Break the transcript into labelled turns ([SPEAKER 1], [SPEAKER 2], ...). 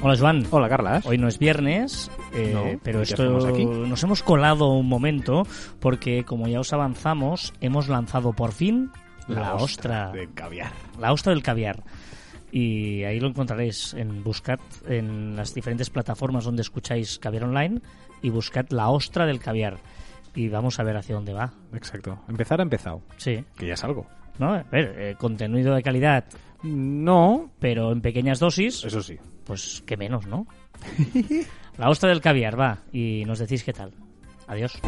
[SPEAKER 1] Hola Joan.
[SPEAKER 2] Hola, Carlas.
[SPEAKER 1] Hoy no es viernes, eh,
[SPEAKER 2] No,
[SPEAKER 1] pero
[SPEAKER 2] ¿qué hacemos
[SPEAKER 1] esto
[SPEAKER 2] aquí?
[SPEAKER 1] nos hemos colado un momento porque como ya os avanzamos, hemos lanzado por fin la, ostra,
[SPEAKER 2] De caviar.
[SPEAKER 1] la ostra del caviar. Y ahí lo encontraréis en buscad en las diferentes plataformas donde escucháis Caviar Online y buscad la ostra del caviar y vamos a ver hacia dónde va.
[SPEAKER 2] Exacto. Empezar ha empezado.
[SPEAKER 1] Sí,
[SPEAKER 2] Que ya es algo.
[SPEAKER 1] ¿no? A ver, eh, contenido de calidad,
[SPEAKER 2] No,
[SPEAKER 1] pero en pequeñas dosis,
[SPEAKER 2] eso sí.
[SPEAKER 1] pues qué menos, ¿no? La ostra del caviar, va, y nos decís qué tal. Adiós.